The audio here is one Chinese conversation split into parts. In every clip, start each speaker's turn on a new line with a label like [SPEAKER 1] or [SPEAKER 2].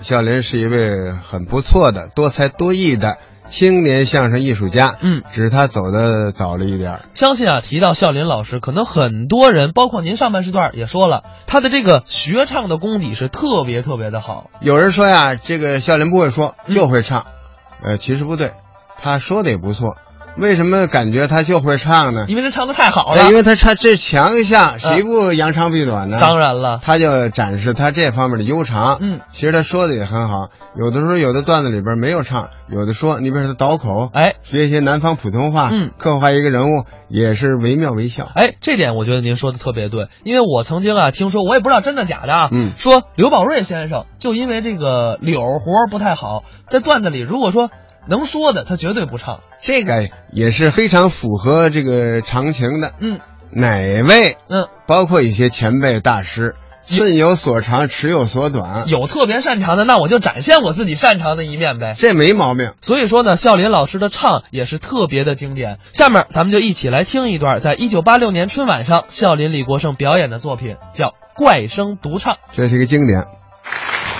[SPEAKER 1] 笑林是一位很不错的、多才多艺的青年相声艺术家，
[SPEAKER 2] 嗯，
[SPEAKER 1] 只是他走的早了一点儿。
[SPEAKER 2] 相信啊，提到笑林老师，可能很多人，包括您上半时段也说了，他的这个学唱的功底是特别特别的好。
[SPEAKER 1] 有人说呀，这个笑林不会说，
[SPEAKER 2] 嗯
[SPEAKER 1] 就会唱，呃，其实不对，他说的也不错。为什么感觉他就会唱呢？
[SPEAKER 2] 因为他唱的太好了
[SPEAKER 1] 哎。因为他唱这强项，谁不扬长避短呢？
[SPEAKER 2] 当然了，
[SPEAKER 1] 他就展示他这方面的悠长。
[SPEAKER 2] 嗯，
[SPEAKER 1] 其实他说的也很好，有的时候有的段子里边没有唱，有的说，你比如说他倒口，
[SPEAKER 2] 哎
[SPEAKER 1] 学一些南方普通话，
[SPEAKER 2] 嗯，
[SPEAKER 1] 刻画一个人物也是惟妙惟肖。
[SPEAKER 2] 哎，这点我觉得您说的特别对，因为我曾经啊听说，我也不知道真的假的啊，
[SPEAKER 1] 嗯
[SPEAKER 2] 说刘宝瑞先生就因为这个柳活儿不太好，在段子里如果说能说的，他绝对不唱。
[SPEAKER 1] 这个哎也是非常符合这个常情的。
[SPEAKER 2] 嗯
[SPEAKER 1] 哪位，
[SPEAKER 2] 嗯，
[SPEAKER 1] 包括一些前辈大师，寸有所长，尺有所短，
[SPEAKER 2] 有特别擅长的，那我就展现我自己擅长的一面呗。
[SPEAKER 1] 这没毛病。
[SPEAKER 2] 所以说呢，笑林老师的唱也是特别的经典。下面咱们就一起来听一段，在一九八六年春晚上，笑林李国盛表演的作品，叫《怪声独唱》。
[SPEAKER 1] 这是一个经典。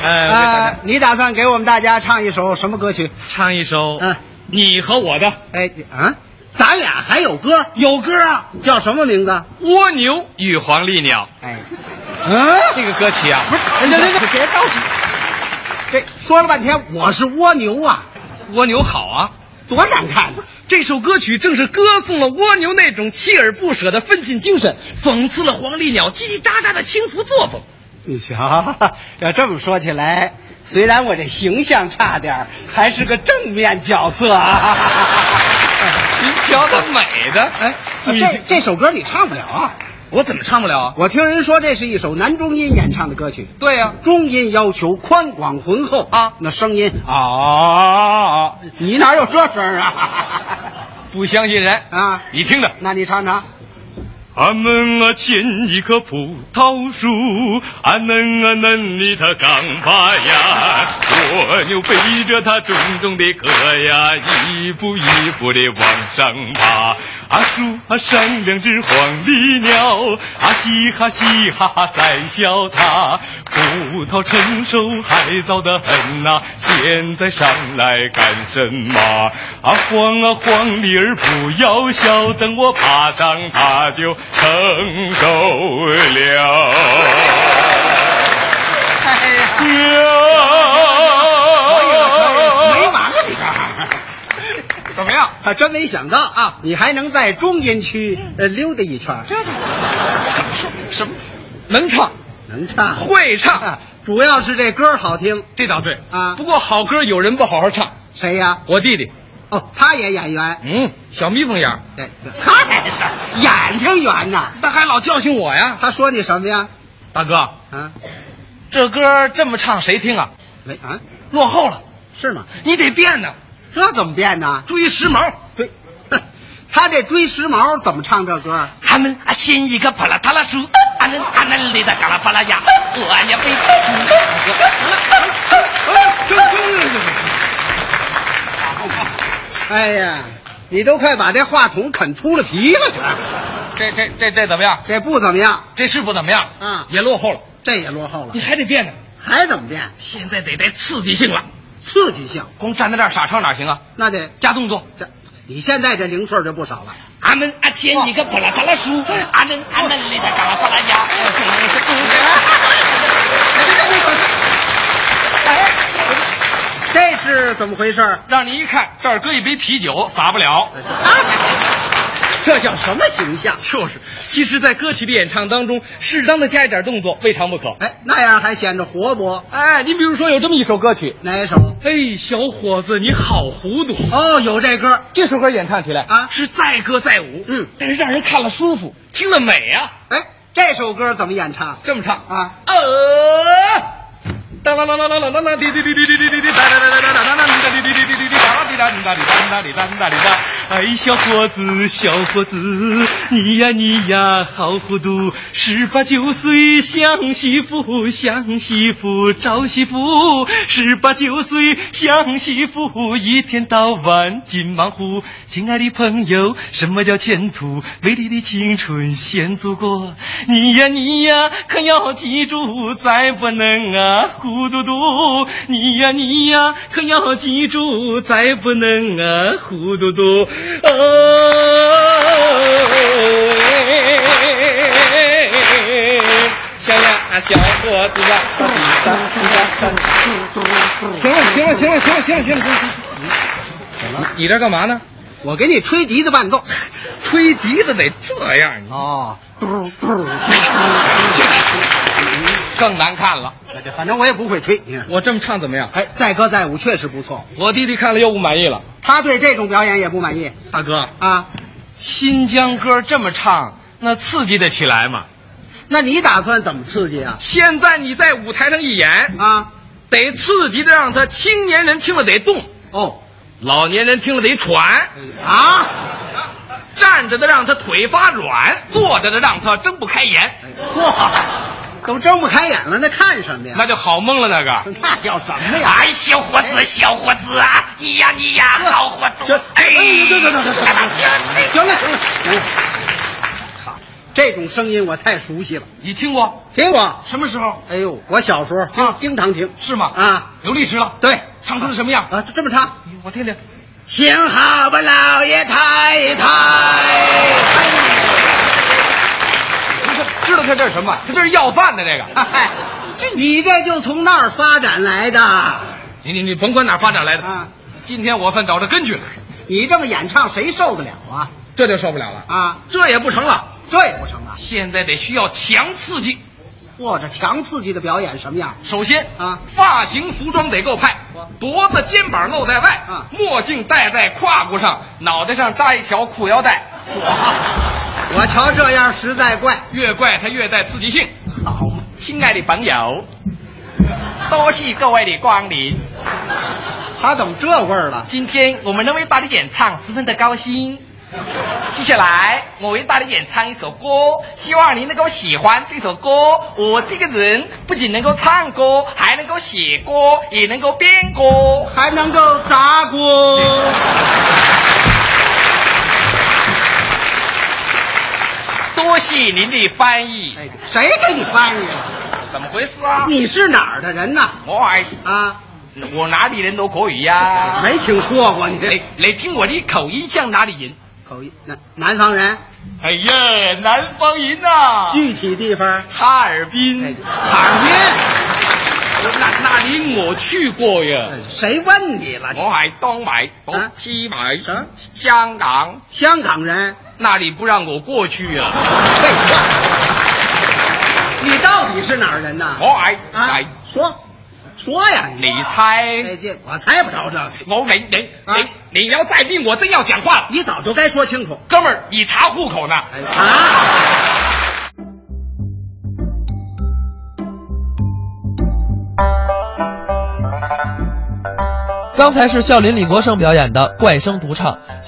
[SPEAKER 3] 哎，我给大
[SPEAKER 4] 啊
[SPEAKER 3] 家，
[SPEAKER 4] 你打算给我们大家唱一首什么歌曲？
[SPEAKER 3] 唱一首
[SPEAKER 4] 嗯
[SPEAKER 3] 你和我的
[SPEAKER 4] 哎啊，咱俩还有歌？有歌啊，叫什么名字？
[SPEAKER 3] 蜗牛与黄鹂鸟
[SPEAKER 4] 哎，嗯，
[SPEAKER 3] 这个歌曲啊，
[SPEAKER 4] 不是，哎这这这别着急，这说了半天我是蜗牛啊，
[SPEAKER 3] 蜗牛好啊。
[SPEAKER 4] 多难看啊！
[SPEAKER 3] 这首歌曲正是歌颂了蜗牛那种锲而不舍的奋进精神，讽刺了黄鹂鸟叽叽喳喳的轻浮作风。
[SPEAKER 4] 你瞧，要这么说起来，虽然我这形象差点儿，还是个正面角色 啊。
[SPEAKER 3] 您瞧它美的，哎，你
[SPEAKER 4] 这这首歌你唱不了啊！
[SPEAKER 3] 我怎么唱不了啊？
[SPEAKER 4] 我听人说这是一首男中音演唱的歌曲，
[SPEAKER 3] 对呀、
[SPEAKER 4] 中音要求宽广浑厚
[SPEAKER 3] 啊
[SPEAKER 4] 那声音
[SPEAKER 3] 啊，啊，
[SPEAKER 4] 你哪有这声儿啊？
[SPEAKER 3] 不相信人
[SPEAKER 4] 啊
[SPEAKER 3] 你听着。
[SPEAKER 4] 那你尝尝，
[SPEAKER 5] 俺们啊，见一棵葡萄树，俺嫩啊嫩的它刚拔芽，蜗牛背着它重重的壳呀，一步一步的往上爬。啊，树啊上两只黄鹂鸟，啊嘻哈嘻哈哈在笑它。葡萄成熟还早得很呐、现在上来干什么？啊黄啊黄鹂儿不要笑，等我爬上它就成熟了。
[SPEAKER 4] 哎呀，
[SPEAKER 3] 哦
[SPEAKER 4] 可以了，可以了，没
[SPEAKER 5] 呀，
[SPEAKER 4] 完了你这儿。
[SPEAKER 3] 怎么样？
[SPEAKER 4] 还真没想到
[SPEAKER 3] 啊，
[SPEAKER 4] 你还能在中音区呃溜达一圈儿，这
[SPEAKER 3] 什么？能唱，
[SPEAKER 4] 能唱
[SPEAKER 3] 会唱
[SPEAKER 4] 啊主要是这歌儿好听。
[SPEAKER 3] 这倒对
[SPEAKER 4] 啊
[SPEAKER 3] 不过好歌有人不好好唱，
[SPEAKER 4] 谁呀？
[SPEAKER 3] 我弟弟，
[SPEAKER 4] 哦，他也演员。
[SPEAKER 3] 嗯，小蜜蜂眼儿，
[SPEAKER 4] 对，对他也是眼睛圆呐。
[SPEAKER 3] 他还老教训我呀。
[SPEAKER 4] 他说你什么呀？
[SPEAKER 3] 大哥，
[SPEAKER 4] 啊，
[SPEAKER 3] 这歌这么唱谁听啊？
[SPEAKER 4] 没啊，
[SPEAKER 3] 落后了，
[SPEAKER 4] 是吗？
[SPEAKER 3] 你得变呢，
[SPEAKER 4] 这怎么变呢？
[SPEAKER 3] 追时髦。
[SPEAKER 4] 对， 哼他这追时髦怎么唱这歌儿？
[SPEAKER 3] 俺们啊，牵一个帕拉塔拉树，俺们俺们里的嘎啦巴拉呀，我呀嗯被。
[SPEAKER 4] 哎呀，你都快把这话筒啃秃了皮了，这
[SPEAKER 3] 这这这这怎么样？
[SPEAKER 4] 这不怎么样，
[SPEAKER 3] 这是不怎么样
[SPEAKER 4] 啊
[SPEAKER 3] 也落后了，
[SPEAKER 4] 这也落后了
[SPEAKER 3] 你，还得变呢。
[SPEAKER 4] 还怎么变？
[SPEAKER 3] 现在得带刺激性了，
[SPEAKER 4] 刺激性，
[SPEAKER 3] 光站在那儿傻唱哪行啊？
[SPEAKER 4] 那得
[SPEAKER 3] 加动作。
[SPEAKER 4] 这，你现在这零碎儿就不少了。
[SPEAKER 3] 俺们啊，牵一个巴拉巴拉树，俺们俺们里的嘎啦巴拉呀，
[SPEAKER 4] 哎啊 哎这是怎么回事儿？
[SPEAKER 3] 让你一看，这儿搁一杯啤酒，洒不了。
[SPEAKER 4] 啊这叫什么形象？
[SPEAKER 3] 就是，其实，在歌曲的演唱当中，适当的加一点动作，未尝不可。
[SPEAKER 4] 哎，那样还显着活泼。
[SPEAKER 3] 哎，您比如说有这么一首歌曲，
[SPEAKER 4] 哪一首？
[SPEAKER 3] 哎，小伙子你好糊涂。
[SPEAKER 4] 哦，有这歌。
[SPEAKER 3] 这首歌演唱起来
[SPEAKER 4] 啊
[SPEAKER 3] 是载歌载舞，
[SPEAKER 4] 嗯
[SPEAKER 3] 但是让人看了舒服，听了美啊。
[SPEAKER 4] 哎，这首歌怎么演唱？
[SPEAKER 3] 这么唱
[SPEAKER 4] 啊，
[SPEAKER 3] 呃，当当当当当当当当，滴滴滴滴滴滴滴滴，哒哒哒哒哒哒哒，滴滴滴滴滴滴，哒滴哒滴哒滴哒滴哒滴哒滴哒。哎，小伙子，小伙子，你呀你呀好糊涂，十八九岁想媳妇，想媳妇找媳妇，十八九岁想媳妇，一天到晚紧忙乎。亲爱的朋友，什么叫前途？美丽的青春先走过，你呀你呀可要记住，再不能啊糊嘟嘟，你呀你呀可要记住，再不能啊糊嘟嘟。哦，小呀小伙子呀，
[SPEAKER 4] 行了，行了，行了，行了，行了，行了，行了。
[SPEAKER 3] 你这干嘛呢？
[SPEAKER 4] 我给你吹笛子伴奏。
[SPEAKER 3] 吹笛子得这样，啊你
[SPEAKER 4] 哦，嘟嘟。
[SPEAKER 3] 更难看了。
[SPEAKER 4] 反正我也不会吹。你看
[SPEAKER 3] 我这么唱怎么样？
[SPEAKER 4] 哎，载歌载舞确实不错。
[SPEAKER 3] 我弟弟看了又不满意了。
[SPEAKER 4] 他对这种表演也不满意
[SPEAKER 3] 大哥，
[SPEAKER 4] 啊。
[SPEAKER 3] 新疆歌这么唱，那刺激得起来吗？
[SPEAKER 4] 那你打算怎么刺激啊？
[SPEAKER 3] 现在你在舞台上一演，
[SPEAKER 4] 啊，
[SPEAKER 3] 得刺激的让他青年人听了得动，
[SPEAKER 4] 哦，
[SPEAKER 3] 老年人听了得喘，
[SPEAKER 4] 啊，
[SPEAKER 3] 站着的让他腿发软，坐着的让他睁不开眼，
[SPEAKER 4] 嚯，都睁不开眼了，那看什么呀？
[SPEAKER 3] 那就好蒙了。那个，
[SPEAKER 4] 那叫什么呀？
[SPEAKER 3] 哎，小伙子，小伙子啊，你呀你呀，好伙子
[SPEAKER 4] 行，
[SPEAKER 3] 哎，
[SPEAKER 4] 哎对对对对对行
[SPEAKER 3] 哎行
[SPEAKER 4] 了，行了，行了。好，这种声音我太熟悉了，
[SPEAKER 3] 你听过
[SPEAKER 4] 听过。
[SPEAKER 3] 什么时候
[SPEAKER 4] 哎呦，我小时候
[SPEAKER 3] 啊
[SPEAKER 4] 经经常听，
[SPEAKER 3] 是吗？
[SPEAKER 4] 啊，
[SPEAKER 3] 有历史了，
[SPEAKER 4] 对，
[SPEAKER 3] 唱成什么样？
[SPEAKER 4] 啊，就这么唱。
[SPEAKER 3] 我听听。
[SPEAKER 4] 幸好我老爷太太。
[SPEAKER 3] 不是，知道他这是 什么？他这是要饭的这个。
[SPEAKER 4] 哎，这你这就从那儿发展来的。
[SPEAKER 3] 你你你甭管哪儿发展来的，
[SPEAKER 4] 啊
[SPEAKER 3] 今天我算找着根据了，
[SPEAKER 4] 你这么演唱，谁受得了啊？
[SPEAKER 3] 这就受不了了，
[SPEAKER 4] 啊，
[SPEAKER 3] 这也不成了，
[SPEAKER 4] 这也不成啊！
[SPEAKER 3] 现在得需要强刺激。
[SPEAKER 4] 哇，这强刺激的表演什么样？
[SPEAKER 3] 首先
[SPEAKER 4] 啊
[SPEAKER 3] 发型服装得够派
[SPEAKER 4] 我，
[SPEAKER 3] 脖子肩膀露在外，
[SPEAKER 4] 啊
[SPEAKER 3] 墨镜戴在胯骨上，脑袋上搭一条裤腰带，
[SPEAKER 4] 啊我瞧这样实在怪。
[SPEAKER 3] 越怪他越带刺激性。
[SPEAKER 4] 好嘛，
[SPEAKER 3] 亲爱的朋友，多谢各位的光临，
[SPEAKER 4] 他怎么这味儿了？
[SPEAKER 3] 今天我们能为大家演唱，十分的高兴。接下来我为大家演唱一首歌，希望您能够喜欢这首歌。我这个人不仅能够唱歌，还能够写歌，也能够编歌。
[SPEAKER 4] 还能够砸锅？
[SPEAKER 3] 多谢您的翻译，
[SPEAKER 4] 哎，谁给你翻译了？
[SPEAKER 3] 怎么回事啊？
[SPEAKER 4] 你是哪儿的人呐？
[SPEAKER 3] 我哎，
[SPEAKER 4] 啊，
[SPEAKER 3] 我哪里人都可以呀、
[SPEAKER 4] 没听说过你。
[SPEAKER 3] 你你听我的口音像哪里人？
[SPEAKER 4] 口音，南南方人，
[SPEAKER 3] 哎呀，南方人呐、
[SPEAKER 4] 具体地方？
[SPEAKER 3] 哈尔
[SPEAKER 4] 哎
[SPEAKER 3] 滨，
[SPEAKER 4] 哈尔
[SPEAKER 3] 那那里我去过呀。
[SPEAKER 4] 滨。谁问你了？
[SPEAKER 3] 我海东北、东
[SPEAKER 4] 哎啊
[SPEAKER 3] 西北、
[SPEAKER 4] 什么
[SPEAKER 3] 香港
[SPEAKER 4] 香港人。
[SPEAKER 3] 那里不让我过去啊！
[SPEAKER 4] 废话，你到底是哪儿人呐？
[SPEAKER 3] 我海
[SPEAKER 4] 啊
[SPEAKER 3] 来，，
[SPEAKER 4] 说说呀你！
[SPEAKER 3] 你猜
[SPEAKER 4] 哎，？这我猜不着这个，
[SPEAKER 3] 我你你
[SPEAKER 4] 啊
[SPEAKER 3] 你你要再逼我，真要讲话了。
[SPEAKER 4] 你早就该说清楚。
[SPEAKER 3] 哥们儿，你查户口呢？
[SPEAKER 4] 哎啊！
[SPEAKER 2] 刚才是笑林李国盛表演的怪声独唱。